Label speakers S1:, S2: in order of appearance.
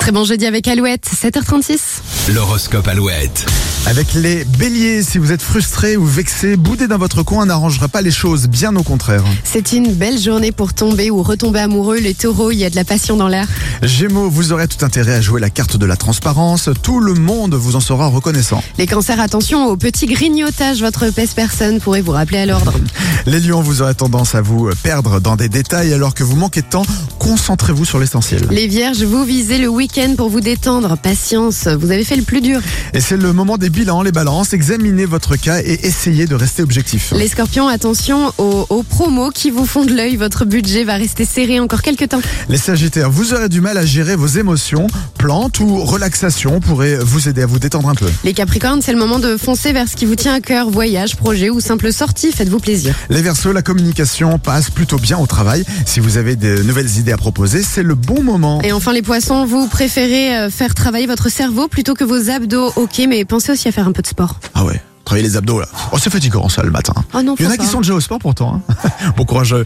S1: Très bon jeudi avec Alouette, 7h36.
S2: L'horoscope Alouette.
S3: Avec les béliers, si vous êtes frustré ou vexé, bouder dans votre coin n'arrangera pas les choses, bien au contraire.
S1: C'est une belle journée pour tomber ou retomber amoureux. Les taureaux, il y a de la passion dans l'air.
S3: Gémeaux, vous aurez tout intérêt à jouer la carte de la transparence, tout le monde vous en sera reconnaissant.
S1: Les cancers, attention au petit grignotage. Votre peste personne pourrait vous rappeler à l'ordre.
S3: Les lions, vous aurez tendance à vous perdre dans des détails alors que vous manquez de temps, concentrez-vous sur l'essentiel.
S1: Les vierges, vous visez le week-end pour vous détendre. Patience, vous avez fait le plus dur.
S3: Et c'est le moment des bilans, les balances, examinez votre cas et essayez de rester objectif.
S1: Les scorpions, attention aux, aux promos qui vous font de l'œil. Votre budget va rester serré encore quelques temps.
S3: Les sagittaires, vous aurez du mal à gérer vos émotions, plantes ou relaxation pourraient vous aider à vous détendre un peu.
S1: Les capricornes, c'est le moment de foncer vers ce qui vous tient à cœur. Voyage, projet ou simple sortie, faites-vous plaisir.
S3: Les Verseaux, la communication passe plutôt bien au travail. Si vous avez de nouvelles idées à proposer, c'est le bon moment.
S1: Et enfin, les poissons, vous préférez euh, faire travailler votre cerveau plutôt que vos abdos. Ok, mais pensez aussi à faire un peu de sport.
S3: Ah ouais, travailler les abdos là. Oh, c'est fatigant ça le matin.
S1: Oh non,
S3: Il y en
S1: faut
S3: a qui
S1: pas.
S3: sont déjà au sport pourtant. hein. bon courage. euh,